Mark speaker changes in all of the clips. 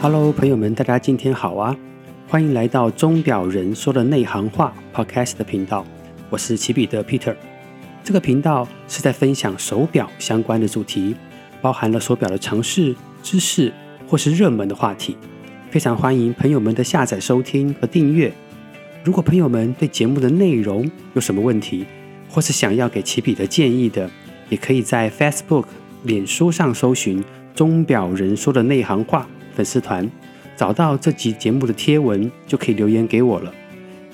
Speaker 1: Hello，朋友们，大家今天好啊！欢迎来到《钟表人说的内行话》Podcast 的频道，我是奇彼得 Peter。这个频道是在分享手表相关的主题，包含了手表的常识、知识或是热门的话题。非常欢迎朋友们的下载、收听和订阅。如果朋友们对节目的内容有什么问题，或是想要给奇比的建议的，也可以在 Facebook、脸书上搜寻“钟表人说的内行话”粉丝团，找到这集节目的贴文就可以留言给我了。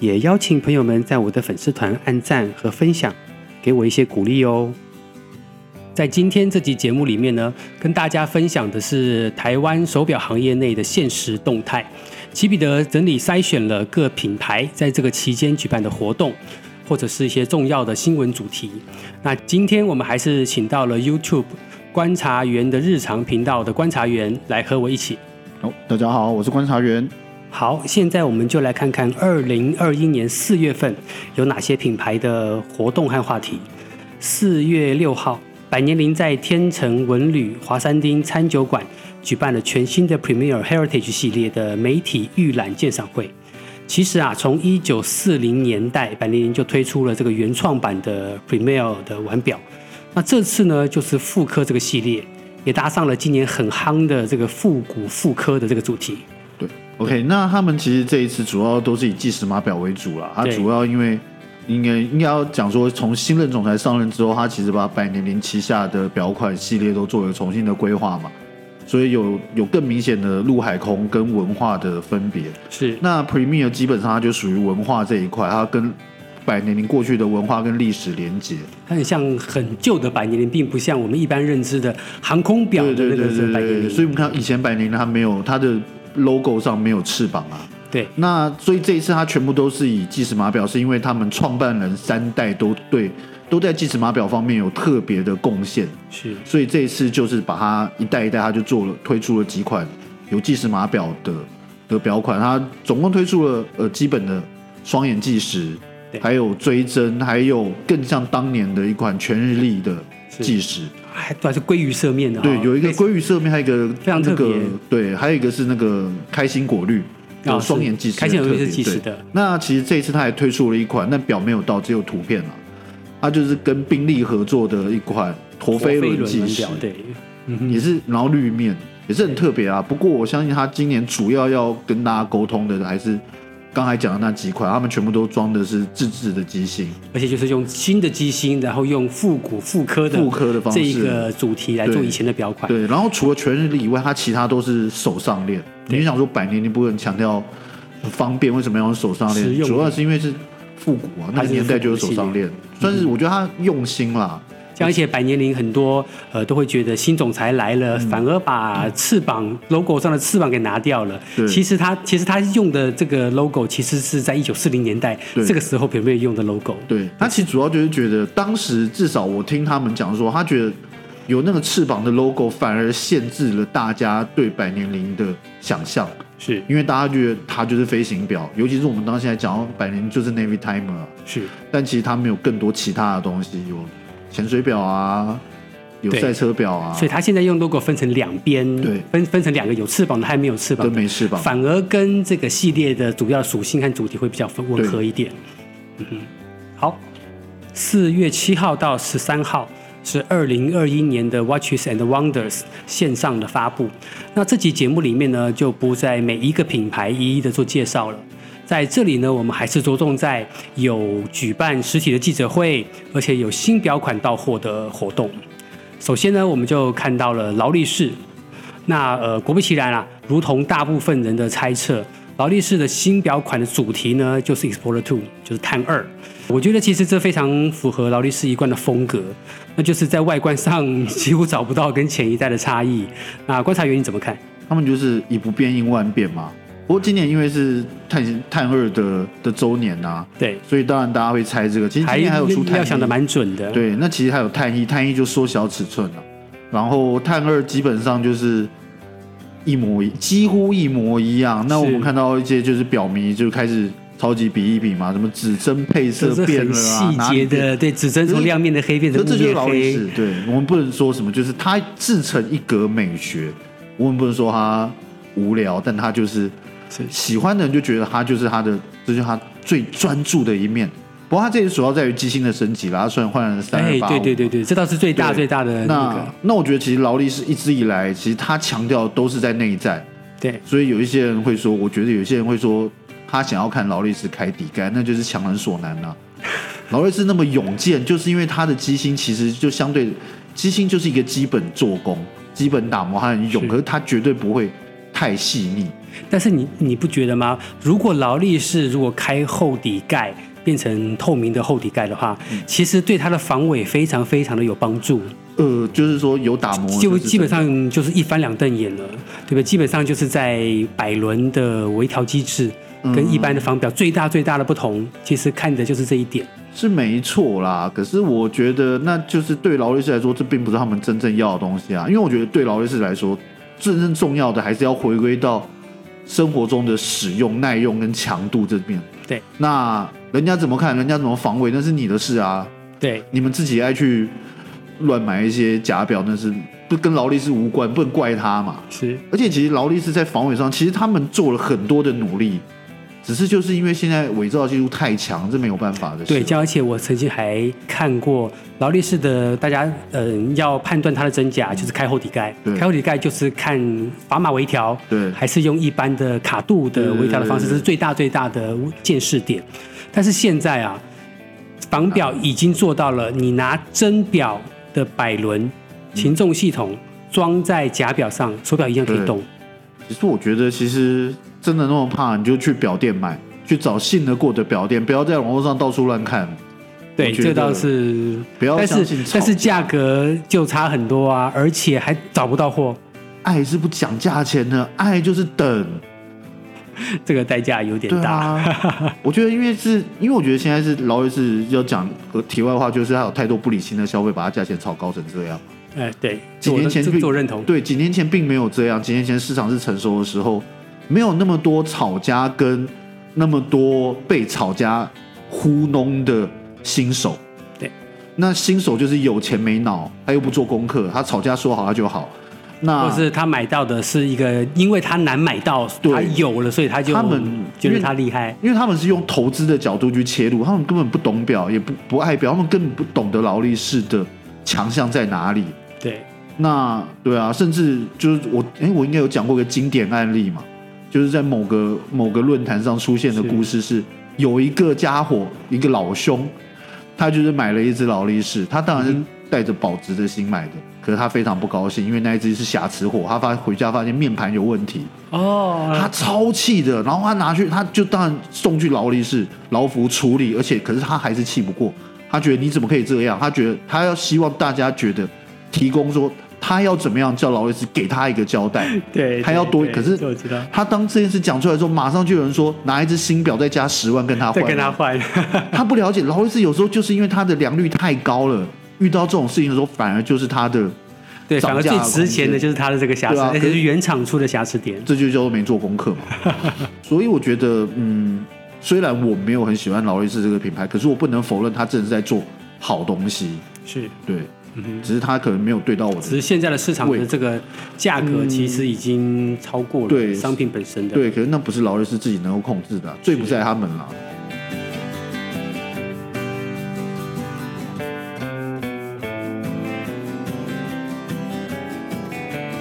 Speaker 1: 也邀请朋友们在我的粉丝团按赞和分享，给我一些鼓励哦。在今天这集节目里面呢，跟大家分享的是台湾手表行业内的现实动态。齐彼得整理筛选了各品牌在这个期间举办的活动，或者是一些重要的新闻主题。那今天我们还是请到了 YouTube 观察员的日常频道的观察员来和我一起。
Speaker 2: 哦，大家好，我是观察员。
Speaker 1: 好，现在我们就来看看二零二一年四月份有哪些品牌的活动和话题。四月六号，百年灵在天成文旅华山町餐酒馆举办了全新的 Premier Heritage 系列的媒体预览鉴赏会。其实啊，从一九四零年代，百年灵就推出了这个原创版的 Premier 的腕表。那这次呢，就是复刻这个系列，也搭上了今年很夯的这个复古复刻的这个主题。
Speaker 2: 对，OK，那他们其实这一次主要都是以计时码表为主啦。它
Speaker 1: 对
Speaker 2: 主要因为应该应该要讲说，从新任总裁上任之后，他其实把百年灵旗下的表款系列都做了重新的规划嘛，所以有有更明显的陆海空跟文化的分别。
Speaker 1: 是
Speaker 2: 那 Premier 基本上它就属于文化这一块，它跟百年灵过去的文化跟历史连接。
Speaker 1: 它很像很旧的百年灵，并不像我们一般认知的航空表
Speaker 2: 对
Speaker 1: 的那
Speaker 2: 对对
Speaker 1: 个
Speaker 2: 对
Speaker 1: 是百
Speaker 2: 对
Speaker 1: 年
Speaker 2: 对，
Speaker 1: 灵。
Speaker 2: 所以我们看到以前百年灵它没有它的 logo 上没有翅膀啊。
Speaker 1: 对
Speaker 2: 那所以这一次他全部都是以计时码表，是因为他们创办人三代都对都在计时码表方面有特别的贡献，
Speaker 1: 是
Speaker 2: 所以这一次就是把它一代一代，他就做了推出了几款有计时码表的的表款，它总共推出了呃基本的双眼计时
Speaker 1: 对，
Speaker 2: 还有追针，还有更像当年的一款全日历的计时，
Speaker 1: 还都还是鲑鱼色面的、哦。
Speaker 2: 对，有一个鲑鱼色面，还有一个
Speaker 1: 非常特
Speaker 2: 那
Speaker 1: 别
Speaker 2: 个对，还有一个是那个开心果绿，
Speaker 1: 啊
Speaker 2: 有
Speaker 1: 是
Speaker 2: 双眼计时的
Speaker 1: 开
Speaker 2: 特
Speaker 1: 心
Speaker 2: 别，
Speaker 1: 果绿是计时
Speaker 2: 对
Speaker 1: 的
Speaker 2: 那其实这一次他还推出了一款，那表没有到，只有图片了。它就是跟宾利合作的一款
Speaker 1: 陀
Speaker 2: 陀飞轮
Speaker 1: 轮
Speaker 2: 计
Speaker 1: 轮
Speaker 2: 时
Speaker 1: 表，，对，嗯
Speaker 2: 也是然后绿面也是很特别啊。不过我相信他今年主要要跟大家沟通的还是刚才讲的那几款，他们全部都装的是自制的机芯，
Speaker 1: 而且就是用新的机芯，然后用复古复刻的
Speaker 2: 复刻的方
Speaker 1: 这
Speaker 2: 式
Speaker 1: 一
Speaker 2: 啊
Speaker 1: 个主题来做
Speaker 2: 对
Speaker 1: 以前的表款。
Speaker 2: 对，然后除了全日历以外，它其他都是手上链。
Speaker 1: 对
Speaker 2: 你就想说百年你不能强调方便，为什么要用手上
Speaker 1: 实
Speaker 2: 链？
Speaker 1: 用
Speaker 2: 主要是因为是复古啊，那
Speaker 1: 它
Speaker 2: 个
Speaker 1: 是
Speaker 2: 年代就有
Speaker 1: 复古
Speaker 2: 手
Speaker 1: 系嗯
Speaker 2: 上链，算是我觉得他用心啦。
Speaker 1: 像而且百年灵很多呃都会觉得新总裁来了，
Speaker 2: 嗯
Speaker 1: 反而把翅膀 logo 上的翅膀给拿掉了。
Speaker 2: 对
Speaker 1: 其实他其实他用的这个 logo 其实是在一九四零年代
Speaker 2: 对
Speaker 1: 这个时候表面用的 logo。
Speaker 2: 对，他其实主要就是觉得当时至少我听他们讲说，他觉得有那个翅膀的 logo 反而限制了大家对百年灵的想象。
Speaker 1: 是
Speaker 2: 因为大家觉得它就是飞行表，尤其是我们当时在讲到哦百年就是 Navy Timer，啊
Speaker 1: 是。
Speaker 2: 但其实他们有更多其他的东西，有潜水表啊，有
Speaker 1: 对
Speaker 2: 赛车表啊，
Speaker 1: 所以它现在用 logo 分成两边，
Speaker 2: 对
Speaker 1: 分分成两个有翅膀的和没有翅膀
Speaker 2: 跟
Speaker 1: 的，
Speaker 2: 没翅膀。
Speaker 1: 反而跟这个系列的主要属性和主题会比较分吻合一点。嗯哼，好，四月七号到十三号。是二零二一年的 Watches and Wonders 线上的发布。那这期节目里面呢，就不在每一个品牌一一的做介绍了。在这里呢，我们还是着重在有举办实体的记者会，而且有新表款到货的活动。首先呢，我们就看到了劳力士。那呃，果不其然啊，如同大部分人的猜测，劳力士的新表款的主题呢，就是 Explorer Two，就是探二。我觉得其实这非常符合劳力士一贯的风格，那就是在外观上几乎找不到跟前一代的差异。那观察员你怎么看？
Speaker 2: 他们就是以不变应万变嘛。不过今年因为是探探二的的周年呐、
Speaker 1: 对，
Speaker 2: 所以当然大家会猜这个。其实今年还有出探
Speaker 1: 料想的
Speaker 2: 一，
Speaker 1: 蛮准的。
Speaker 2: 对，那其实还有探一，探一就缩小尺寸了、然后探二基本上就是一模一，几乎一模一样。那我们
Speaker 1: 是
Speaker 2: 看到一些就是表迷就开始超级比一比嘛，什么指针配
Speaker 1: 这
Speaker 2: 色
Speaker 1: 是
Speaker 2: 变
Speaker 1: 很
Speaker 2: 了啊，
Speaker 1: 细
Speaker 2: 哪
Speaker 1: 节
Speaker 2: 里变
Speaker 1: 的，对，指针
Speaker 2: 可
Speaker 1: 从
Speaker 2: 是
Speaker 1: 亮面的黑变成
Speaker 2: 可这
Speaker 1: 雾
Speaker 2: 就是
Speaker 1: 面
Speaker 2: 劳力士
Speaker 1: 黑，，
Speaker 2: 对我们不能说什么，就是它自成一格美学，我们不能说它无聊，但他就是
Speaker 1: 是
Speaker 2: 喜欢的人就觉得他就是他的，这就是他最专注的一面。不过他这里主要在于机芯的升级啦，他虽然换了三
Speaker 1: 哎
Speaker 2: 二，八
Speaker 1: 对对对对，这倒是最大
Speaker 2: 对
Speaker 1: 最大的那
Speaker 2: 那
Speaker 1: 个，
Speaker 2: 那我觉得其实劳力士一直以来，其实他强调都是在内在，
Speaker 1: 对，
Speaker 2: 所以有一些人会说，我觉得有一些人会说，他想要看劳力士开底杆，那就是强人所难呐、啊 劳力士那么勇健，就是因为他的机芯其实就相对机芯就是一个基本做工、基本打磨，他很勇，
Speaker 1: 是
Speaker 2: 可是他绝对不会太细腻。
Speaker 1: 但是你你不觉得吗？如果劳力士如果开厚底盖变成透明的厚底盖的话，
Speaker 2: 嗯
Speaker 1: 其实对它的防伪非常非常的有帮助，
Speaker 2: 呃，就是说有打磨，
Speaker 1: 就
Speaker 2: 就是
Speaker 1: 基本上就是一翻两瞪眼了，对不对？基本上就是在百轮的微调机制
Speaker 2: 嗯
Speaker 1: 跟一般的仿表最大最大的不同，其实看的就是这一点。
Speaker 2: 是没错啦，可是我觉得那就是对劳力士来说，这并不是他们真正要的东西啊。因为我觉得对劳力士来说，真正重要的还是要回归到生活中的使用、耐用跟强度这边。
Speaker 1: 对，
Speaker 2: 那人家怎么看，人家怎么防卫，那是你的事啊。
Speaker 1: 对，
Speaker 2: 你们自己爱去乱买一些假表，那是不跟劳力士无关，不能怪他嘛。
Speaker 1: 是
Speaker 2: 而且其实劳力士在防伪上，其实他们做了很多的努力，只是就是因为现在伪造技术太强，这没有办法的事。
Speaker 1: 对，这样而且我曾经还看过劳力士的，大家嗯、要判断它的真假，就是开厚底盖
Speaker 2: 嗯对，
Speaker 1: 开厚底盖就是看砝码微调，
Speaker 2: 对
Speaker 1: 还是用一般的卡度
Speaker 2: 对
Speaker 1: 的
Speaker 2: 对
Speaker 1: 微调的方式，
Speaker 2: 对对
Speaker 1: 这是最大最大的见识点。但是现在啊，仿表已经做到了，你拿真表的摆轮擒纵系统装在假表上，手表一样可以
Speaker 2: 对
Speaker 1: 动。
Speaker 2: 其实我觉得，其实真的那么怕，你就去表店买，去找信得过的表店，不要在网络上到处乱看。
Speaker 1: 对，
Speaker 2: 我觉得
Speaker 1: 这倒是，
Speaker 2: 不要
Speaker 1: 但
Speaker 2: 相信
Speaker 1: 是
Speaker 2: 炒
Speaker 1: 但是
Speaker 2: 价
Speaker 1: 价格就差很多啊，而且还找不到货。
Speaker 2: 爱是不讲价钱的，爱就是等。
Speaker 1: 这个代价有点
Speaker 2: 对
Speaker 1: 大。
Speaker 2: 啊， 我觉得因为是因为我觉得现在是劳力士要讲呃题外话，就是它有太多不理性的消费，把它价钱炒高成这样。
Speaker 1: 哎、对，
Speaker 2: 几年前
Speaker 1: 这
Speaker 2: 并
Speaker 1: 我认同。
Speaker 2: 对，啊几年前并没有这样，几年前市场是成熟的时候，没有那么多炒家跟那么多被炒家糊弄的新手。
Speaker 1: 对，
Speaker 2: 那新手就是有钱没脑，他又不做功课，他吵架说好他就好。那
Speaker 1: 或是他买到的是一个，因为他难买到，
Speaker 2: 对
Speaker 1: 他有了，所以他就
Speaker 2: 他们
Speaker 1: 觉
Speaker 2: 因为
Speaker 1: 得他厉害。
Speaker 2: 因为他们是用投资的角度去切入，他们根本不懂表，也不不爱表，他们根本不懂得劳力士的强项在哪里。
Speaker 1: 对，
Speaker 2: 那对啊，甚至就是我，哎，我应该有讲过一个经典案例嘛，就是在某个某个论坛上出现的故事是，有一个家伙，一个老兄，他就是买了一只劳力士，他当然是带着保值的心买的，可是他非常不高兴，因为那一只是瑕疵货，他发回家发现面盘有问题，他
Speaker 1: 哦，
Speaker 2: 超气的，然后他拿去，他就当然送去劳力士劳服处理，而且可是他还是气不过，他觉得你怎么可以这样？他觉得他要希望大家觉得提供说他要怎么样叫劳力士给他一个交代。
Speaker 1: 对，
Speaker 2: 他要多
Speaker 1: 对
Speaker 2: 可是
Speaker 1: 这我知道，
Speaker 2: 他当这件事讲出来之后，马上就有人说拿一只新表再加十万跟他
Speaker 1: 再
Speaker 2: 换，
Speaker 1: 跟他 换。
Speaker 2: 他不了解劳力士有时候就是因为他的良率太高了，遇到这种事情的时候反而就是他的，
Speaker 1: 对，
Speaker 2: 涨
Speaker 1: 反而
Speaker 2: 价
Speaker 1: 最
Speaker 2: 的
Speaker 1: 值钱的就是他的这个瑕疵，
Speaker 2: 对啊
Speaker 1: 而且
Speaker 2: 可是
Speaker 1: 是原厂出的瑕疵点。
Speaker 2: 这就叫做没做功课 嘛。所以我觉得，嗯，虽然我没有很喜欢劳力士这个品牌，可是我不能否认它真的是在做好东西。
Speaker 1: 是，
Speaker 2: 对，
Speaker 1: 嗯哼。
Speaker 2: 只是它可能没有对到我
Speaker 1: 只是
Speaker 2: 的。
Speaker 1: 现在的市场
Speaker 2: 喂
Speaker 1: 的这个价格其实已经超过了
Speaker 2: 嗯对
Speaker 1: 商品本身的。
Speaker 2: 对，可是那不是劳力士自己能够控制的啊、罪不在他们
Speaker 1: 嗯
Speaker 2: 啦。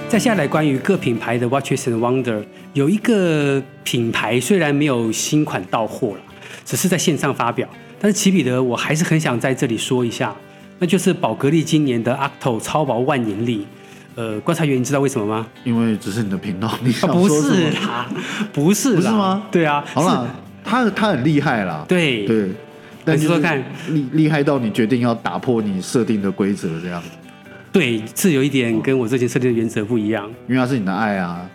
Speaker 1: 再下来，关于各品牌的 Watches and Wonder，有一个品牌虽然没有新款到货了，只是在线上发表，但是奇彼得我还是很想在这里说一下，那就是宝格丽今年的 Octo 超薄万年历。呃，观察员，你知道为什么吗？
Speaker 2: 因为只是你的频道，你
Speaker 1: 啊，
Speaker 2: 想
Speaker 1: 不
Speaker 2: 说什
Speaker 1: 是
Speaker 2: 么？
Speaker 1: 啦， 不是啦，
Speaker 2: 不是吗
Speaker 1: 对啊，
Speaker 2: 好
Speaker 1: 了，
Speaker 2: 啦，他他很厉害啦。
Speaker 1: 对
Speaker 2: 对，但
Speaker 1: 你
Speaker 2: 是
Speaker 1: 说说看
Speaker 2: 厉厉害到你决定要打破你设定的规则这样，
Speaker 1: 对，是有一点跟我之前设定的原则不一样。
Speaker 2: 因为他是你的爱啊。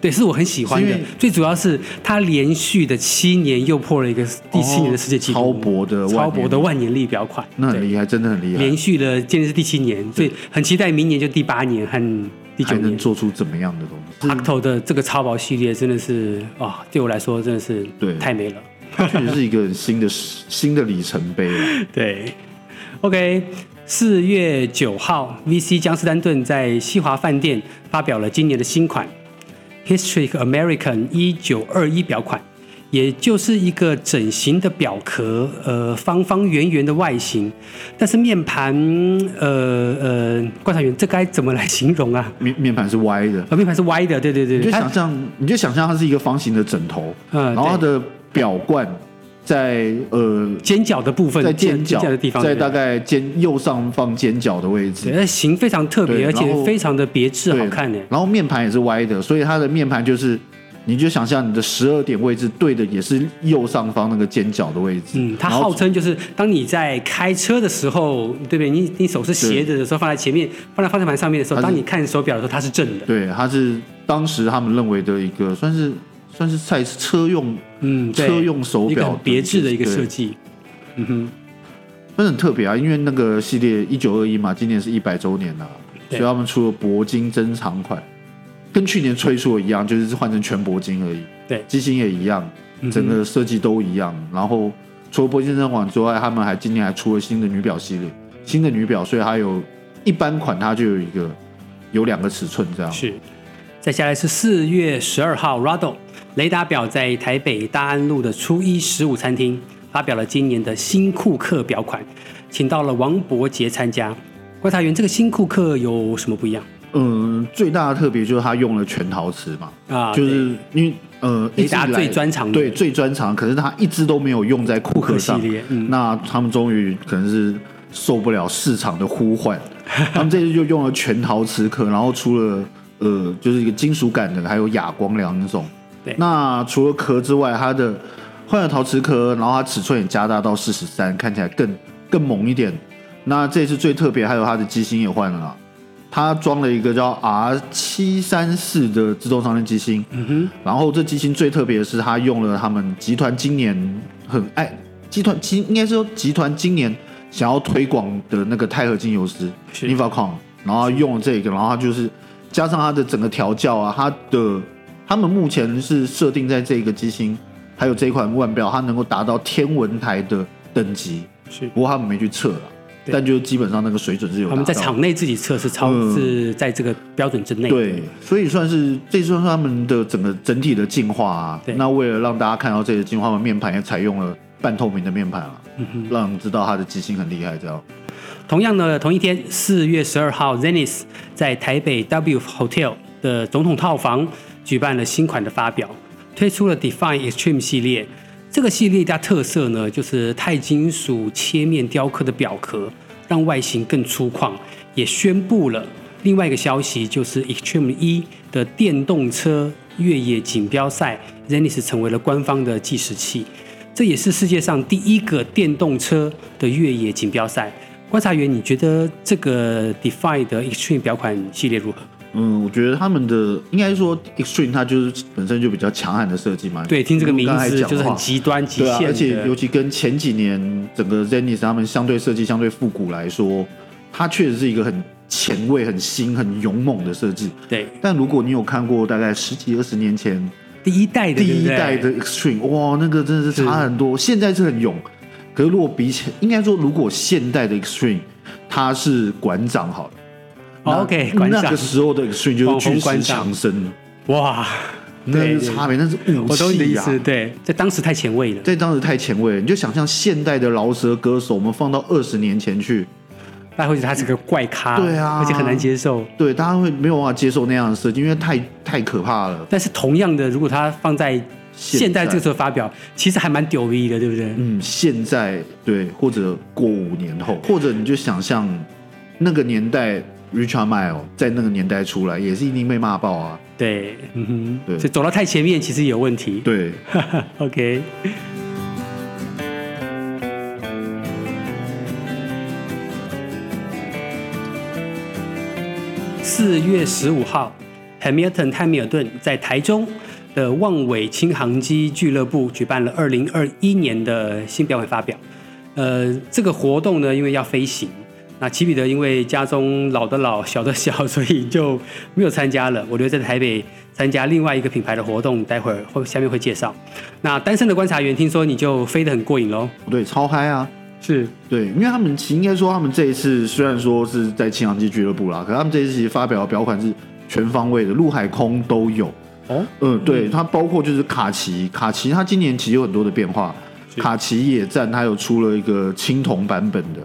Speaker 1: 对，是我很喜欢
Speaker 2: 是
Speaker 1: 的
Speaker 2: 因为。
Speaker 1: 最主要是它连续的七年又破了一个第七年的世界纪录、
Speaker 2: 哦
Speaker 1: 嗯
Speaker 2: 超薄的万年历
Speaker 1: 超薄的万年历表款，
Speaker 2: 那很
Speaker 1: 对
Speaker 2: 厉害，真的很厉害。
Speaker 1: 连续的今年是第七年，所以很期待明年就第八年和第九
Speaker 2: 还能
Speaker 1: 年。
Speaker 2: 做出怎么样的东西？
Speaker 1: Octo 的这个超薄系列真的是啊、对我来说真的是
Speaker 2: 对
Speaker 1: 太美了。
Speaker 2: 它确实是一个很新的新的里程碑 啊。
Speaker 1: 对，OK，四月九号，VC 江诗丹顿在西华饭店发表了今年的新款 Historic American 一九二一表款，也就是一个整形的表壳，呃，方方圆圆的外形，但是面盘，呃呃，观察员，这该怎么来形容啊？
Speaker 2: 面面盘是歪的，
Speaker 1: 呃，面盘是歪的，对对对，
Speaker 2: 你就
Speaker 1: 它
Speaker 2: 想象，你就想象它是一个方形的枕头，
Speaker 1: 嗯
Speaker 2: 然后它
Speaker 1: 对
Speaker 2: 的表冠在呃
Speaker 1: 尖角的部分，
Speaker 2: 在尖角
Speaker 1: 的地方，
Speaker 2: 在
Speaker 1: 对
Speaker 2: 大概尖右上方尖角的位
Speaker 1: 对，
Speaker 2: 置。
Speaker 1: 那形非常特别，
Speaker 2: 对
Speaker 1: 而且
Speaker 2: 然后
Speaker 1: 非常的别致，
Speaker 2: 对
Speaker 1: 好看呢。
Speaker 2: 然后面盘也是歪的，所以它的面盘就是，你就想象你的十二点位置对的也是右上方那个尖角的位置。
Speaker 1: 嗯，它
Speaker 2: 然后
Speaker 1: 号称就是当你在开车的时候，对不对？你你手是斜着的时候放在前面，放在方向盘上面的时候，
Speaker 2: 它是
Speaker 1: 当你看手表的时候，它是正的。
Speaker 2: 对，它是当时他们认为的一个算是算是赛车用
Speaker 1: 嗯，对
Speaker 2: 车用手
Speaker 1: 一个
Speaker 2: 表
Speaker 1: 很别致的一个设
Speaker 2: 对
Speaker 1: 计。嗯哼，
Speaker 2: 那很特别啊，因为那个系列一九二一嘛，今年是一百周年啦、啊
Speaker 1: 对
Speaker 2: 所以他们出了铂金珍藏款，跟去年推出的一样，就是换成全铂金而已。
Speaker 1: 对嗯
Speaker 2: 机型也一样，整个设计都一样。然后除了铂金珍藏款之外，他们还今年还出了新的女表系列，新的女表，所以它有一般款它就有一个有两个尺寸这样。
Speaker 1: 是。再下来是四月十二号 r a d o 雷达表在台北大安路的初一十五餐厅发表了今年的新库克表款，请到了王伯杰参加。观察员，这个新库克有什么不一样
Speaker 2: 嗯，最大的特别就是它用了全陶瓷嘛，
Speaker 1: 啊？
Speaker 2: 就是因为呃，
Speaker 1: 对雷
Speaker 2: 一直以
Speaker 1: 达
Speaker 2: 来
Speaker 1: 最专长的
Speaker 2: 对最专长，可是它一直都没有用在库
Speaker 1: 库克
Speaker 2: 克
Speaker 1: 系
Speaker 2: 上。
Speaker 1: 列，嗯，
Speaker 2: 那他们终于可能是受不了市场的 呼唤，他们这次就用了全陶瓷壳，然后出了呃，就是一个金属感的，还有哑光两种
Speaker 1: 对。
Speaker 2: 那除了壳之外，它的换了陶瓷壳，然后它尺寸也加大到四十三，看起来更更猛一点。那这次最特别，还有它的机芯也换了啦，它装了一个叫 R 七三四的自动上升机芯。
Speaker 1: 嗯哼，
Speaker 2: 然后这机芯最特别的是，它用了他们集团今年很爱集团集应该是说集团今年想要推广的那个钛合金油丝
Speaker 1: 是
Speaker 2: n i v a c o n 然后它用了这个，然后它就是加上它的整个调教啊，它的他们目前是设定在这个机芯还有这一款腕表，它能够达到天文台的等级，
Speaker 1: 是。
Speaker 2: 不过他们没去测了，
Speaker 1: 对
Speaker 2: 但就基本上那个水准是有
Speaker 1: 他
Speaker 2: 达到
Speaker 1: 们
Speaker 2: 的。
Speaker 1: 在场内自己测是超、
Speaker 2: 嗯
Speaker 1: 是在这个标准之内。
Speaker 2: 对，所以算是这算是他们的整个整体的进化啊
Speaker 1: 对。
Speaker 2: 那为了让大家看到这个进化，他们面盘也采用了半透明的面盘啊，
Speaker 1: 嗯
Speaker 2: 让我们知道它的机芯很厉害。这样，
Speaker 1: 同样的，同一天，四月十二号，Zenith 在台北 W Hotel 的总统套房举办了新款的发表，推出了 Define Extreme 系列。这个系列它特色呢，就是钛金属切面雕刻的表壳，让外形更粗犷。也宣布了另外一个消息，就是 Extreme 一的电动车越野锦标赛，Zenith 成为了官方的计时器。这也是世界上第一个电动车的越野锦标赛。观察员，你觉得这个 Defy 的 Extreme 表款系列如何？
Speaker 2: 嗯，我觉得他们的应该说 Extreme 它就是本身就比较强悍的设计嘛。
Speaker 1: 对，听这个名
Speaker 2: 刚才
Speaker 1: 字
Speaker 2: 讲
Speaker 1: 就
Speaker 2: 的
Speaker 1: 是
Speaker 2: 话
Speaker 1: 很极端、极
Speaker 2: 对啊，而
Speaker 1: 限
Speaker 2: 且尤
Speaker 1: 的。
Speaker 2: 其跟前几年整个 Zenith 他们相对设计相对复古来说，它确实是一个很前卫、很新、很勇猛的设计。
Speaker 1: 对，
Speaker 2: 但如果你有看过大概十几二十年前
Speaker 1: 第一代的，
Speaker 2: 第一代
Speaker 1: 对不对
Speaker 2: 的 Extreme，哇，那个真的是差很多。现在是很勇，可是如果比起，应该说如果现代的 Extreme，它是馆长好了。
Speaker 1: 哦
Speaker 2: 那
Speaker 1: OK，馆长
Speaker 2: 那个时候的 Extreme 就是巨
Speaker 1: 馆
Speaker 2: 石
Speaker 1: 长
Speaker 2: 强森，
Speaker 1: 哇，
Speaker 2: 那
Speaker 1: 对
Speaker 2: 是
Speaker 1: 对
Speaker 2: 差别，那是武
Speaker 1: 我懂你的
Speaker 2: 器
Speaker 1: 意
Speaker 2: 呀、
Speaker 1: 思。对，在当时太前卫了。
Speaker 2: 在当时太前卫了，你就想象现代的饶舌歌手，我们放到二十年前去，啊
Speaker 1: 大家会觉得他是个怪咖，
Speaker 2: 对啊
Speaker 1: 而且很难接受。
Speaker 2: 对，大家会没有办法接受那样的设计，因为太太可怕了。
Speaker 1: 但是同样的，如果他放在现代
Speaker 2: 代
Speaker 1: 这个时候发表，其实还蛮屌逼的，对不对？
Speaker 2: 嗯，现在对，或者过五年后，或者你就想象那个年代，Richard Mile 在那个年代出来，也是一定被骂爆啊。
Speaker 1: 对，嗯哼，
Speaker 2: 对
Speaker 1: 所以走到太前面其实也有问题。
Speaker 2: 对，
Speaker 1: OK。四月十五号，Hamilton 汉密尔顿在台中的望伟轻航机俱乐部举办了二零二一年的新表演发表。呃，这个活动呢，因为要飞行，那齐彼得因为家中老的老，小的小， 所以就没有参加了。我留在台北参加另外一个品牌的活动，待会儿会下面会介绍。那单身的观察员，听说你就飞得很过瘾喽？
Speaker 2: 对，超嗨啊！
Speaker 1: 是，
Speaker 2: 对，因为他们其实应该说，他们这一次虽然说是在青阳机俱乐部啦，可他们这一次其实发表的表款是全方位的，陆海空都有。
Speaker 1: 哦，
Speaker 2: 嗯，对，它包括就是卡其，卡其它今年其实有很多的变化，卡其野战它有出了一个青铜版本的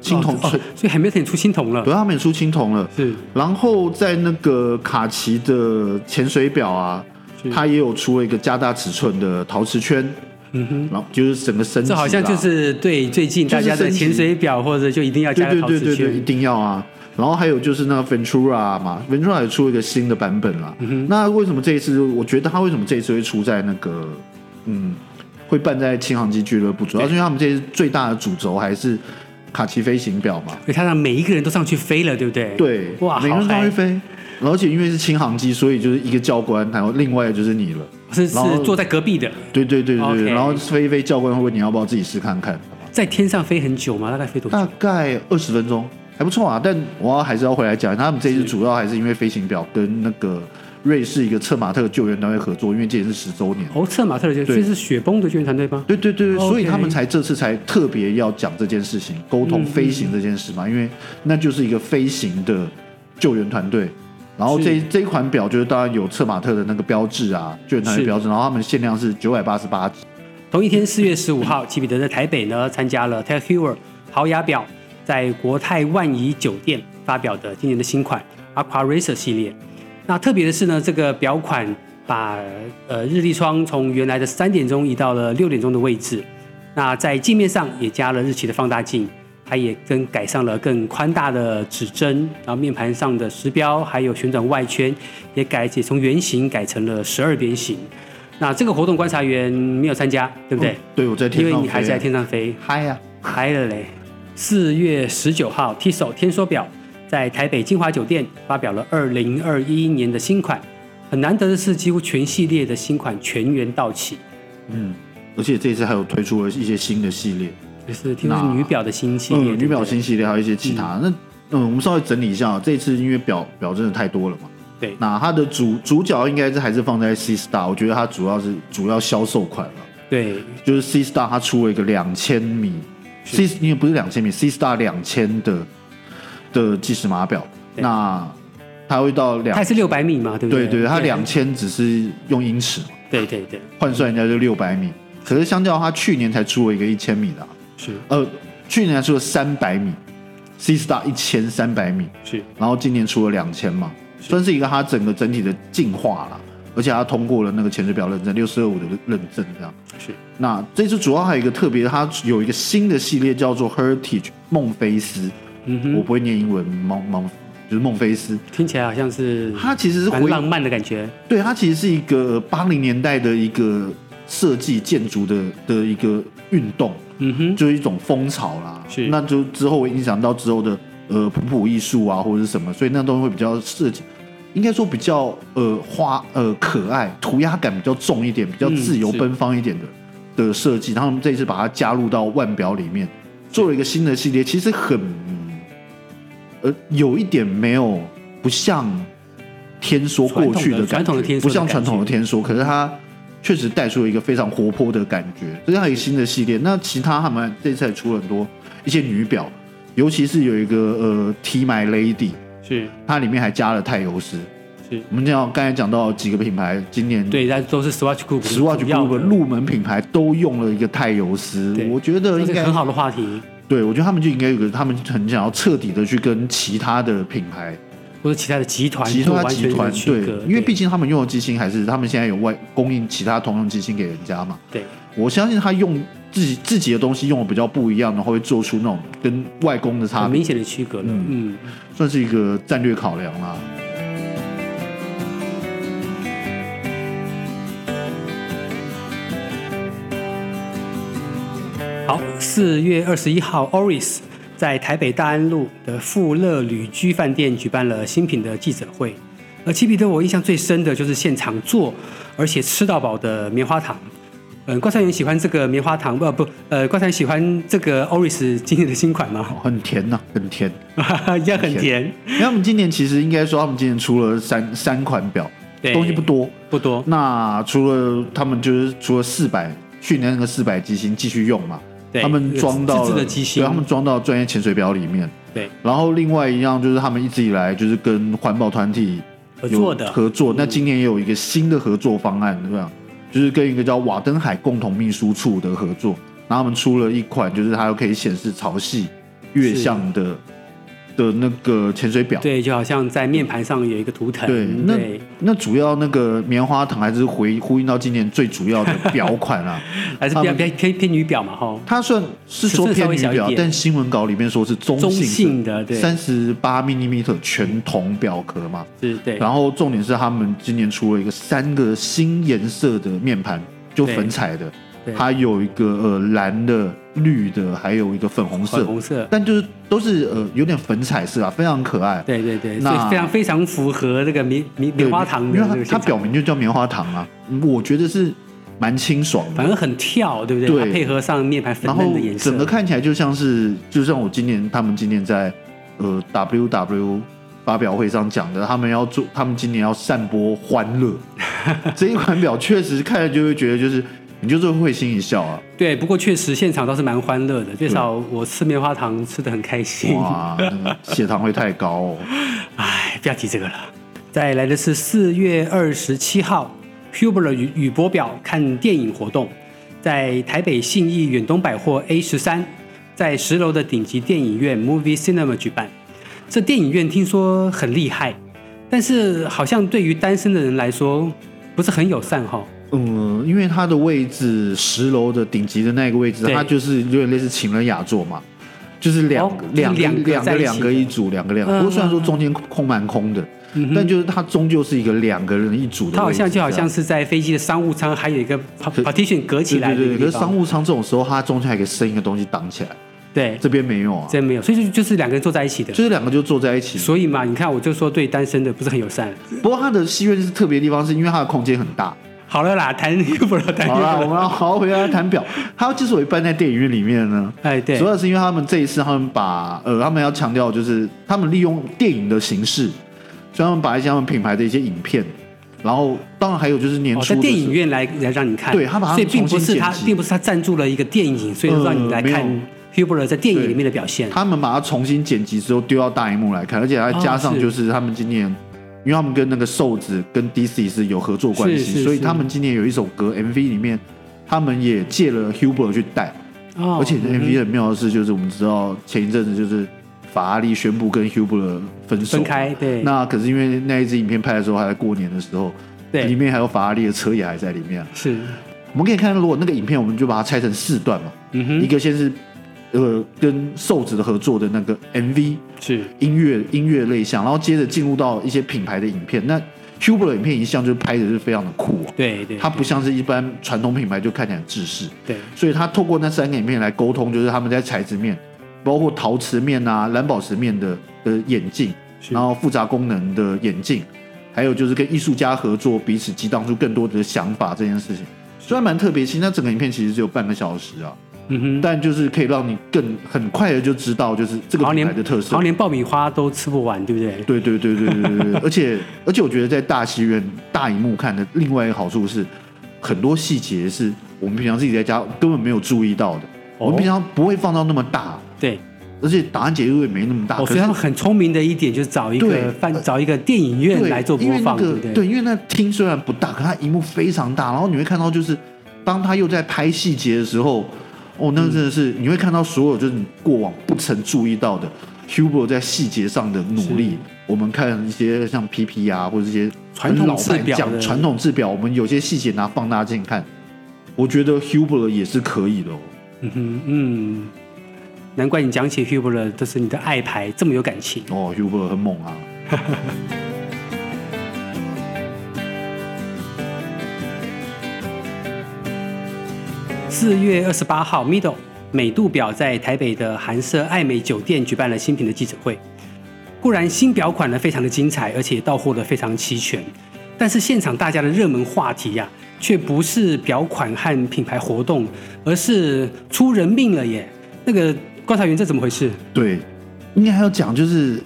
Speaker 2: 青铜
Speaker 1: 哦哦
Speaker 2: 吹，
Speaker 1: 所以还没有点出青铜了，
Speaker 2: 对，他们也出青铜了。
Speaker 1: 是
Speaker 2: 然后在那个卡其的潜水表啊
Speaker 1: 是，
Speaker 2: 它也有出了一个加大尺寸的陶瓷圈，
Speaker 1: 嗯哼。
Speaker 2: 然后就是整个啊升级
Speaker 1: 这
Speaker 2: 啦，
Speaker 1: 好像就是对最近大家的
Speaker 2: 就是升级
Speaker 1: 潜水表，或者就一定要
Speaker 2: 对
Speaker 1: 加个
Speaker 2: 对
Speaker 1: 陶
Speaker 2: 对
Speaker 1: 瓷
Speaker 2: 对对，一
Speaker 1: 圈，
Speaker 2: 定要啊。然后还有就是那个 Ventura 嘛，Ventura 也出了一个新的版本
Speaker 1: 嗯
Speaker 2: 啦。那为什么这一次？我觉得他为什么这一次会出在那个嗯，会办在轻航机俱乐部，主要是因为他们这次最大的主轴还是卡其飞行表嘛。
Speaker 1: 所以他让每一个人都上去飞了，对不对？，
Speaker 2: 对，
Speaker 1: 哇
Speaker 2: 每个
Speaker 1: 好
Speaker 2: 人都
Speaker 1: 嗨
Speaker 2: 会飞，而且因为是轻航机，所以就是一个教官，然后另外就是你了。
Speaker 1: 是是
Speaker 2: 然后
Speaker 1: 坐在隔壁的，
Speaker 2: 对对对对
Speaker 1: OK 嗯
Speaker 2: 对，然后飞一飞，教官会问你要不要自己试看看，
Speaker 1: 在天上飞很久吗？大概飞多久？
Speaker 2: 大概二十分钟，还不错啊。但我要还是要回来讲，他们这一次主要还是因为飞行表跟那个瑞士一个策马特救援团队合作，因为这也是十周年。
Speaker 1: 哦，策马特的救，
Speaker 2: 对
Speaker 1: 这是雪崩的救援团队吗？
Speaker 2: 对对对对，
Speaker 1: OK
Speaker 2: 所以他们才这次才特别要讲这件事情，沟通
Speaker 1: 嗯
Speaker 2: 飞行这件事嘛，因为那就是一个飞行的救援团队。然后
Speaker 1: 是
Speaker 2: 这这一款表就是当然有策马特的那个标志啊，救援团队
Speaker 1: 是
Speaker 2: 标志，然后他们限量是九百八十八只。
Speaker 1: 同一天，四月十五号，齐彼得在台北呢参加了 t e c h h e r 豪雅表在国泰万怡酒店发表的今年的新款 Aqua Racer 系列。那特别的是呢，这个表款把呃日历窗从原来的三点钟移到了六点钟的位置。那在镜面上也加了日期的放大镜，它也跟改上了更宽大的指针，然后面盘上的时标还有旋转外圈也改也从圆形改成了十二边形。那这个活动观察员没有参加，对不对？
Speaker 2: 对，我在哦天
Speaker 1: 因
Speaker 2: 上
Speaker 1: 为
Speaker 2: 飞，
Speaker 1: 你还在天上飞，
Speaker 2: 嗨呀、
Speaker 1: 嗨了嘞！四月十九号，Tissot 天梭表在台北金华酒店发表了二零二一年的新款。很难得的是，几乎全系列的新款全员到齐，
Speaker 2: 嗯，而且这次还有推出了一些新的系列，
Speaker 1: 就是听说是
Speaker 2: 那
Speaker 1: 女表的新系列，
Speaker 2: 嗯，女表
Speaker 1: 对不对
Speaker 2: 新系列还有一些其他。那嗯，我们稍微整理一下、啊，这次因为表表真的太多了嘛。
Speaker 1: 对
Speaker 2: 那它的主主角应该是还是放在 C Star，我觉得它主要是主要销售款了，
Speaker 1: 对
Speaker 2: 就是 C Star 它出了一个两千米，C 因为不是两千米，C Star 两千的的计时码表，
Speaker 1: 对
Speaker 2: 那它会到两
Speaker 1: 它也，是六百米嘛，对不
Speaker 2: 对
Speaker 1: 对
Speaker 2: 对，它
Speaker 1: 对
Speaker 2: 两千只是用英尺嘛
Speaker 1: 对对对，
Speaker 2: 换算人家就六百米，可是相较它去年才出了一个一千米的啊、
Speaker 1: 是
Speaker 2: 呃，去年还出了三百米，C Star 一千三百米，
Speaker 1: 是
Speaker 2: 然后今年出了两千嘛，算是一个它整个整体的进化啦。而且它通过了那个潜水表认证，六四二五的认证这样。
Speaker 1: 是
Speaker 2: 那这次主要还有一个特别，它有一个新的系列叫做 Heritage 孟菲斯，
Speaker 1: 嗯
Speaker 2: 我
Speaker 1: 哼，
Speaker 2: 不会念英文，孟孟就是孟菲斯，
Speaker 1: 听起来好像是
Speaker 2: 它其实是
Speaker 1: 蛮
Speaker 2: 回
Speaker 1: 浪漫的感觉，
Speaker 2: 对，它其实是一个八零年代的一个设计建筑的的一个运动，
Speaker 1: 嗯哼，
Speaker 2: 就是一种风潮啦。
Speaker 1: 是
Speaker 2: 那就之后会影响到之后的呃普普艺术啊，或者是什么，所以那东西会比较设计，应该说比较呃花呃可爱，涂鸦感比较重一点，比较
Speaker 1: 嗯
Speaker 2: 自由
Speaker 1: 是
Speaker 2: 奔放一点的、的设计。然后我们这一次把它加入到腕表里面，做了一个新的系列，其实很呃有一点没有不像天梭过去感觉，
Speaker 1: 传统的传统的天梭的
Speaker 2: 不像
Speaker 1: 感觉
Speaker 2: 传统的天梭，可是它确实带出了一个非常活泼的感觉，这样一个新的系列。那其他他们这次还出了很多一些女表，尤其是有一个呃 T My Lady，
Speaker 1: 是
Speaker 2: 它里面还加了泰尤斯。
Speaker 1: 是，
Speaker 2: 我们讲刚才讲到几个品牌，今年
Speaker 1: 对，但都是 Swatch Group
Speaker 2: 十万 g r
Speaker 1: 主要
Speaker 2: o
Speaker 1: 的
Speaker 2: 入门品牌都用了一个泰尤斯
Speaker 1: 对，
Speaker 2: 我觉得
Speaker 1: 这
Speaker 2: 应
Speaker 1: 是
Speaker 2: 该
Speaker 1: 个很好的话题，
Speaker 2: 对，我觉得他们就应该有个，他们很想要彻底的去跟其他的品牌、
Speaker 1: 或者其他的集团
Speaker 2: 其
Speaker 1: 做
Speaker 2: 他
Speaker 1: 完
Speaker 2: 集
Speaker 1: 全的
Speaker 2: 团
Speaker 1: 区
Speaker 2: 对
Speaker 1: 隔，，
Speaker 2: 因为
Speaker 1: 对
Speaker 2: 毕竟他们用的机芯还是他们现在有外供应其他通用机芯给人家嘛。
Speaker 1: 对
Speaker 2: 我相信他用自己自己的东西用的比较不一样，然后会做出那种跟外公的差
Speaker 1: 很啊
Speaker 2: 别，
Speaker 1: 明显的区隔了，嗯，
Speaker 2: 算是一个战略考量啦。
Speaker 1: 好，四月二十一号，Oris 在台北大安路的富乐旅居饭店举办了新品的记者会。而齐彼得我印象最深的就是现场做，而且吃到饱的棉花糖。嗯，观察员喜欢这个棉花糖，不不，呃，观察员喜欢这个 Oris 今年的新款吗？
Speaker 2: 哦很甜呐、很甜。
Speaker 1: 一样很甜，
Speaker 2: 因为他们今年其实应该说，他们今年出了三三款表，
Speaker 1: 对
Speaker 2: 东西不多。
Speaker 1: 不多，
Speaker 2: 那除了他们就是除了四百，去年那个四百机芯继续用嘛，
Speaker 1: 对
Speaker 2: 他们装到
Speaker 1: 自制
Speaker 2: 了
Speaker 1: 的机芯
Speaker 2: 对，他们装到专业潜水表里面。
Speaker 1: 对
Speaker 2: 然后另外一样就是他们一直以来就是跟环保团体
Speaker 1: 合
Speaker 2: 有
Speaker 1: 作的，
Speaker 2: 合作。那今年也有一个新的合作方案，对吧？就是跟一个叫瓦登海共同秘书处的合作，然后他们出了一款，就是它可以显示潮汐月相的的那个潜水表。
Speaker 1: 对，就好像在面盘上有一个图腾，
Speaker 2: 对那
Speaker 1: 对，
Speaker 2: 那主要那个棉花糖还是回呼应到今年最主要的表 款啊。
Speaker 1: 还是
Speaker 2: 他
Speaker 1: 比较
Speaker 2: 们
Speaker 1: 偏偏偏女表嘛，吼，
Speaker 2: 它算是说
Speaker 1: 尺寸稍
Speaker 2: 偏
Speaker 1: 微
Speaker 2: 女
Speaker 1: 小一
Speaker 2: 表，
Speaker 1: 点
Speaker 2: 但新闻稿里面说是中
Speaker 1: 中
Speaker 2: 性
Speaker 1: 性的对
Speaker 2: 三十八 m m 全铜表壳嘛。
Speaker 1: 是对，
Speaker 2: 然后重点是他们今年出了一个三个新颜色的面盘，就粉彩的
Speaker 1: 对，
Speaker 2: 它有一个呃蓝的、绿的，还有一个粉红
Speaker 1: 粉
Speaker 2: 色，
Speaker 1: 红色，
Speaker 2: 但就是都是呃有点粉彩色啊，非常可爱。
Speaker 1: 对对对，所
Speaker 2: 那
Speaker 1: 以非常非常符合这个棉棉
Speaker 2: 对
Speaker 1: 棉花糖的
Speaker 2: 因
Speaker 1: 这个
Speaker 2: 为它它
Speaker 1: 现场
Speaker 2: 表明就叫棉花糖啊，我觉得是蛮清爽的
Speaker 1: 反。而很跳，对不对？
Speaker 2: 对
Speaker 1: 它配合上面盘粉
Speaker 2: 然
Speaker 1: 嫩
Speaker 2: 后
Speaker 1: 的颜色，
Speaker 2: 整个看起来就像是，就像我今年他们今年在呃 WW 发表会上讲的，他们要做，他们今年要散播欢 乐。这一款表确实看了就会觉得，就是你就是会心一笑啊，
Speaker 1: 对，不过确实现场倒是蛮欢乐的，最少我吃棉花糖吃的很开心。
Speaker 2: 哇，那个血糖会太高哦。
Speaker 1: 哎，不要提这个了。再来的是四月二十七号，Huber 与宇舶表看电影活动，在台北信义远东百货 A 十三，在十楼的顶级电影院 Movie Cinema 举办。这电影院听说很厉害，但是好像对于单身的人来说不是很友善哈、
Speaker 2: 嗯，因为它的位置，十楼的顶级的那个位置，
Speaker 1: 对
Speaker 2: 它就是有点类似情人雅座嘛，就是两、
Speaker 1: 哦就是
Speaker 2: 两个
Speaker 1: 两个
Speaker 2: 两
Speaker 1: 在
Speaker 2: 个
Speaker 1: 一起
Speaker 2: 两个一组，两个两个。
Speaker 1: 嗯
Speaker 2: 不过虽然说中间空蛮空的，
Speaker 1: 嗯
Speaker 2: 但
Speaker 1: 哼，
Speaker 2: 就是它终究是一个两个人一组的位置。
Speaker 1: 它好像就好像
Speaker 2: 这样
Speaker 1: 是在飞机的商务舱，还有一个 partition 隔起来的
Speaker 2: 对
Speaker 1: 一
Speaker 2: 对
Speaker 1: 个
Speaker 2: 对，
Speaker 1: 地
Speaker 2: 可是商
Speaker 1: 方。
Speaker 2: 务舱这种时候，它中间还可以伸一个东西挡起来，
Speaker 1: 对，
Speaker 2: 这边没有啊，
Speaker 1: 真没有，所以就就是两个人坐在一起的。
Speaker 2: 就是两个就坐在一起。
Speaker 1: 所以嘛，你看我就说对单身的不是很友善。
Speaker 2: 不过它的戏院是特别的地方，是因为它的空间很 大。
Speaker 1: 好了啦，谈又不了，谈又
Speaker 2: 好啦，我
Speaker 1: 不
Speaker 2: 们
Speaker 1: 了。
Speaker 2: 要好好回来谈表。它之所以办在电影院里面呢，
Speaker 1: 哎，对
Speaker 2: 主，要是因为他们这一次，他们把呃，他们要强调就是他们利用电影的形式，所以他们把一些他们品牌的一些影片，然后当然还有就是年
Speaker 1: 哦，
Speaker 2: 初
Speaker 1: 在
Speaker 2: 的
Speaker 1: 电
Speaker 2: 时
Speaker 1: 影
Speaker 2: 候
Speaker 1: 院来来让你看，
Speaker 2: 对他把它
Speaker 1: 所以并不是他
Speaker 2: 重新剪，辑
Speaker 1: 并不是他赞助了一个电影，所以
Speaker 2: 呃
Speaker 1: 让你来看
Speaker 2: 没
Speaker 1: Huber 在电影里面的表现。
Speaker 2: 他们把它重新剪辑之后丢到大荧幕来看，而且还加
Speaker 1: 哦
Speaker 2: 上
Speaker 1: 是
Speaker 2: 就是他们今年，因为他们跟那个瘦子跟 DC 是有合作关
Speaker 1: 是是
Speaker 2: 系，所以
Speaker 1: 是
Speaker 2: 他们今年有一首歌 MV 里面，他们也借了 Huber 去带，
Speaker 1: 哦
Speaker 2: 而且
Speaker 1: 嗯
Speaker 2: MV 很妙的是，就是我们知道前一阵子就是法拉利宣布跟 Huber 分手，
Speaker 1: 分开，对，
Speaker 2: 那可是因为那一支影片拍的时候还在过年的时候，里
Speaker 1: 对
Speaker 2: 面还有法拉利的车也还在里面啊。
Speaker 1: 是，
Speaker 2: 我们可以看，如果那个影片，我们就把它拆成四段嘛，
Speaker 1: 嗯
Speaker 2: 一
Speaker 1: 哼，
Speaker 2: 个先是呃跟瘦子的合作的那个 MV
Speaker 1: 是
Speaker 2: 音乐音乐类项，然后接着进入到一些品牌的影片。那 Huber 的影片一向就拍的是非常的酷哦，
Speaker 1: 对对，
Speaker 2: 它不像是一般传统品牌就看起来很制式，
Speaker 1: 对
Speaker 2: 所以他透过那三个影片来沟通，就是他们在材质面，包括陶瓷面啊、蓝宝石面的的眼镜，
Speaker 1: 是
Speaker 2: 然后复杂功能的眼镜，还有就是跟艺术家合作，彼此激荡出更多的想法这件事情，虽然蛮特别，其实那整个影片其实只有半个小时啊，
Speaker 1: 嗯哼，
Speaker 2: 但就是可以让你更很快的就知道就是这个
Speaker 1: 好像
Speaker 2: 品牌
Speaker 1: 连
Speaker 2: 的特
Speaker 1: 好
Speaker 2: 色
Speaker 1: 像。连爆米花都吃不完，对不对？
Speaker 2: 对对对对对对对，而且而且我觉得在大戏院大荧幕看的另外一个好处是，很多细节是我们平常自己在家根本没有注意到的，我们平
Speaker 1: 哦
Speaker 2: 常不会放到那么大，
Speaker 1: 对，
Speaker 2: 而且答案解读也没那么大。
Speaker 1: 哦，
Speaker 2: 啊可
Speaker 1: 所以
Speaker 2: 是
Speaker 1: 他们很聪明的一点就是找一个
Speaker 2: 对呃
Speaker 1: 饭，找一个电影院
Speaker 2: 对
Speaker 1: 来做
Speaker 2: 因
Speaker 1: 播
Speaker 2: 为那
Speaker 1: 放，
Speaker 2: 个
Speaker 1: 对不
Speaker 2: 对，？因为那厅虽然不大，可它荧幕非常大，然后你会看到就是当他又在拍细节的时候，哦，那真的是、你会看到所有就是你过往不曾注意到的 Huber 在细节上的努力。我们看一些像 PP 啊，或者一些
Speaker 1: 传统
Speaker 2: 很老
Speaker 1: 制
Speaker 2: 派
Speaker 1: 表的
Speaker 2: 讲传统制表，我们有些细节拿放大镜看，我觉得 Huber 也是可以的哦。
Speaker 1: 嗯哼，嗯，难怪你讲起 Huber 了，就是你的爱牌这么有感情。
Speaker 2: 哦，Huber 很猛啊。
Speaker 1: 四月二十八号，Middle 美度表在台北的韩舍爱美酒店举办了新品的记者会。固然新表款呢非常的精彩，而且到货的非常齐全，但是现场大家的热门话题呀、却不是表款和品牌活动，而是出人命了耶！那个观察员，这怎么回事？
Speaker 2: 对，应该还要讲就是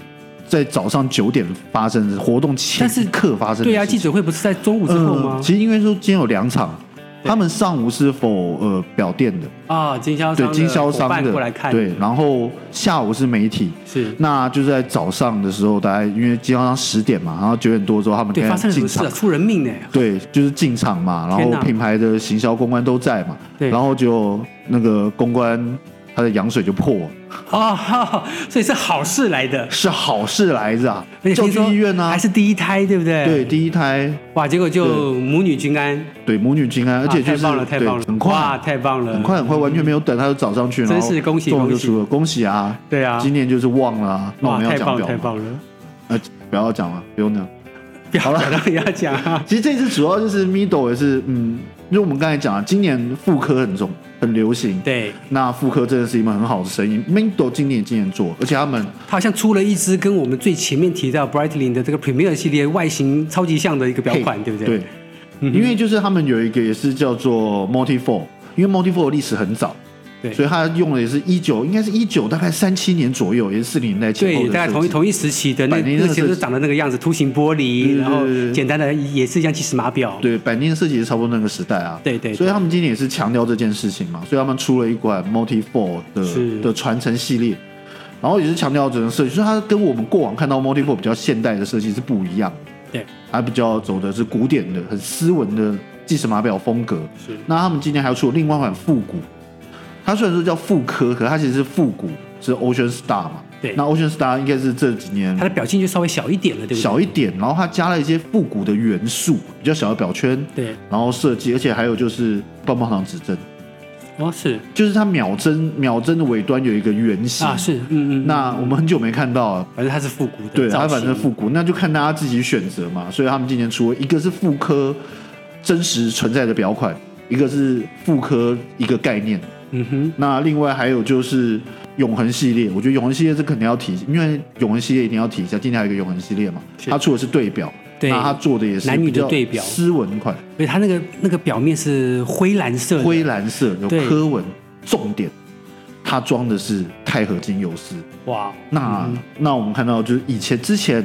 Speaker 2: 在早上九点发生的活动前
Speaker 1: 但是
Speaker 2: 一刻发生的事情。嗯
Speaker 1: 对啊，记者会不是在中午之后吗？
Speaker 2: 呃其实因为说今天有两场，他们上午是否呃表店的，
Speaker 1: 啊，经销商
Speaker 2: 对
Speaker 1: 的
Speaker 2: 经销
Speaker 1: 伙
Speaker 2: 商
Speaker 1: 伴
Speaker 2: 的
Speaker 1: 过来看，
Speaker 2: 对，然后下午是媒体。
Speaker 1: 是
Speaker 2: 那就是在早上的时候，大概因为经销商十点嘛，然后九点多之后他们
Speaker 1: 对
Speaker 2: 开
Speaker 1: 发生了什
Speaker 2: 始进
Speaker 1: 么事
Speaker 2: 场
Speaker 1: 啊？，出人命呢？
Speaker 2: 对，就是进场嘛，然
Speaker 1: 天哪
Speaker 2: 后品牌的行销公关都在嘛，
Speaker 1: 对
Speaker 2: 然后就那个公关他的羊水就破了，
Speaker 1: 哦，哈哈 所以是好事来的，
Speaker 2: 是好事来着啊
Speaker 1: 而且，
Speaker 2: 叫
Speaker 1: 听
Speaker 2: 去
Speaker 1: 说
Speaker 2: 医院啊
Speaker 1: 还，是第一胎，对不对？
Speaker 2: 对，，第一胎，
Speaker 1: 哇，结果就母女均安，
Speaker 2: 对，母女均安，而且
Speaker 1: 啊
Speaker 2: 就
Speaker 1: 太
Speaker 2: 是
Speaker 1: 棒了，太
Speaker 2: 对
Speaker 1: 棒了，
Speaker 2: 很
Speaker 1: 哇，
Speaker 2: 快，啊
Speaker 1: 太棒了，
Speaker 2: 很快，很快，完全没有等，他就找上去，
Speaker 1: 真
Speaker 2: 然后
Speaker 1: 是恭喜
Speaker 2: 中了就
Speaker 1: 恭喜
Speaker 2: 输了，恭喜啊！
Speaker 1: 对啊，
Speaker 2: 今年就是忘了啊，那我
Speaker 1: 哇，
Speaker 2: 们要
Speaker 1: 太
Speaker 2: 讲
Speaker 1: 棒了，
Speaker 2: 表
Speaker 1: 太
Speaker 2: 吗？
Speaker 1: 棒了，
Speaker 2: 呃，不要讲了，不用讲。
Speaker 1: 表
Speaker 2: 好了
Speaker 1: 表当然要讲 啊，
Speaker 2: 其实这次主要就是 Middle 也是，嗯，因为我们刚才讲了，今年妇科很重，很流行，
Speaker 1: 对，
Speaker 2: 那妇科真的是一门很好的生意。Mindo 今年也今年做，而且他们
Speaker 1: 它好像出了一支跟我们最前面提到 Brightling 的这个 Premier 系列外形超级像的一个表款，
Speaker 2: 配
Speaker 1: 对不对？嗯
Speaker 2: 对，因为就是他们有一个也是叫做 Multi Four，因为 Multi Four 历史很早，
Speaker 1: 对
Speaker 2: 所以他用的也是一九，应该是一九大概三七年左右，也是四零年代前后
Speaker 1: 对，
Speaker 2: 的
Speaker 1: 大概
Speaker 2: 设
Speaker 1: 同一
Speaker 2: 计
Speaker 1: 同一时期的那
Speaker 2: 百年
Speaker 1: 那
Speaker 2: 的
Speaker 1: 些
Speaker 2: 设
Speaker 1: 都
Speaker 2: 计
Speaker 1: 长得那个样子，凸形玻璃，
Speaker 2: 对对
Speaker 1: 然后
Speaker 2: 对对对
Speaker 1: 简单的也是像计时码表，
Speaker 2: 对，百年的设计也是差不多那个时代啊。
Speaker 1: 对对对
Speaker 2: 所以他们今年也是强调这件事情嘛，所以他们出了一款 Multi Four
Speaker 1: 是
Speaker 2: 的的传承系列，然后也是强调整个设计，所以它跟我们过往看到 Multi Four 比较现代的设计是不一样的，
Speaker 1: 对，
Speaker 2: 它比较走的是古典的、很斯文的计时码表风格。
Speaker 1: 是
Speaker 2: 那他们今年还要出另外一款复古，它虽然说叫复科，可它其实是复古，是 Ocean Star 嘛。
Speaker 1: 对
Speaker 2: 那 Ocean Star 应该是这几年
Speaker 1: 它的表径就稍微小一点了，对不对？
Speaker 2: 小一点，然后它加了一些复古的元素，比较小的表圈，
Speaker 1: 对，
Speaker 2: 然后设计，而且还有就是棒棒糖指针，
Speaker 1: 哦是
Speaker 2: 就是它秒针秒针的尾端有一个圆形。
Speaker 1: 啊是，嗯嗯，
Speaker 2: 那我们很久没看到了，
Speaker 1: 反正它是复古的，
Speaker 2: 对，
Speaker 1: 造
Speaker 2: 它
Speaker 1: 型
Speaker 2: 反正复古，那就看大家自己选择嘛。所以他们今年出了一个是复刻真实存在的表款，一个是复刻一个概念。
Speaker 1: 嗯哼，
Speaker 2: 那另外还有就是永恒系列，我觉得永恒系列这肯定要提，因为永恒系列一定要提一下。今天还有一个永恒系列嘛，
Speaker 1: 是
Speaker 2: 它出的是对表，
Speaker 1: 对
Speaker 2: 那它做的也是
Speaker 1: 男女的
Speaker 2: 比较
Speaker 1: 对表
Speaker 2: 斯文款，
Speaker 1: 所以它那个那个表面是灰蓝色的，
Speaker 2: 灰蓝色有
Speaker 1: 对
Speaker 2: 科文，重点它装的是钛合金游丝。
Speaker 1: 哇，
Speaker 2: 那、
Speaker 1: 嗯
Speaker 2: 那我们看到就是以前之前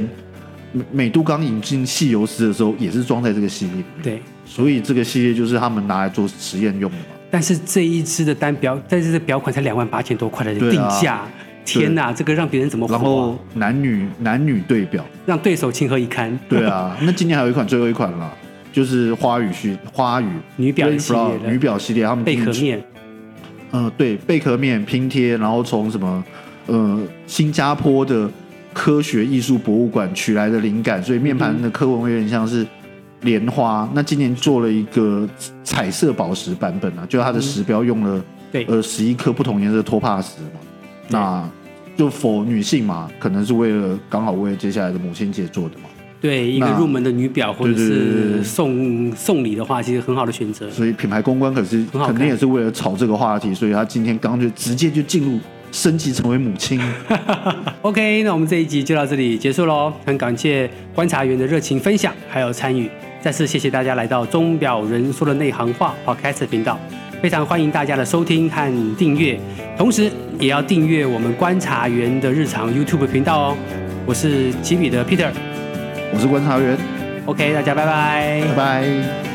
Speaker 2: 美美杜刚引进细游丝的时候，也是装在这个系列，
Speaker 1: 对。
Speaker 2: 所以这个系列就是他们拿来做实验用的嘛。
Speaker 1: 但是这一支的单表，但是这表款才两万八千多块的
Speaker 2: 对
Speaker 1: 定
Speaker 2: 啊
Speaker 1: 价，天哪，这个让别人怎么活、
Speaker 2: 然
Speaker 1: 啊？
Speaker 2: 后男女男女对 表，
Speaker 1: 让对手情何以堪？
Speaker 2: 对啊，那今年还有一款，最后一款啦，就是花语系花语
Speaker 1: 女表的系列
Speaker 2: Rainflower，
Speaker 1: 的
Speaker 2: 女表系列，他们
Speaker 1: 贝壳
Speaker 2: 今年，
Speaker 1: 面，
Speaker 2: 嗯、对，贝壳面拼贴，然后从什么，呃，新加坡的科学艺术博物馆取来的灵感，所
Speaker 1: 嗯
Speaker 2: 以面盘的刻纹有点像是莲花。那今年做了一个彩色宝石版本啊，就它
Speaker 1: 嗯
Speaker 2: 的石标用了、
Speaker 1: 对
Speaker 2: 呃十一颗不同颜色的托帕石嘛，那就否女性嘛，可能是为了刚好为了接下来的母亲节做的嘛。
Speaker 1: 对一个
Speaker 2: 那
Speaker 1: 入门的女表或者
Speaker 2: 对对对对
Speaker 1: 是
Speaker 2: 对
Speaker 1: 送送礼的话，其实很好的选择。
Speaker 2: 所以品牌公关可是
Speaker 1: 很好看
Speaker 2: 肯定也是为了炒这个话题，所以他今天刚就直接就进入升级成为母亲。
Speaker 1: OK，那我们这一集就到这里结束喽，很感谢观察员的热情分享还有参与，再次谢谢大家来到钟表人说的内行话 Podcast 频道，非常欢迎大家的收听和订阅，同时也要订阅我们观察员的日常 YouTube 频道哦。我是奇比的 Peter，OK，、
Speaker 2: 我是观察员，
Speaker 1: OK，大家拜拜
Speaker 2: 拜拜。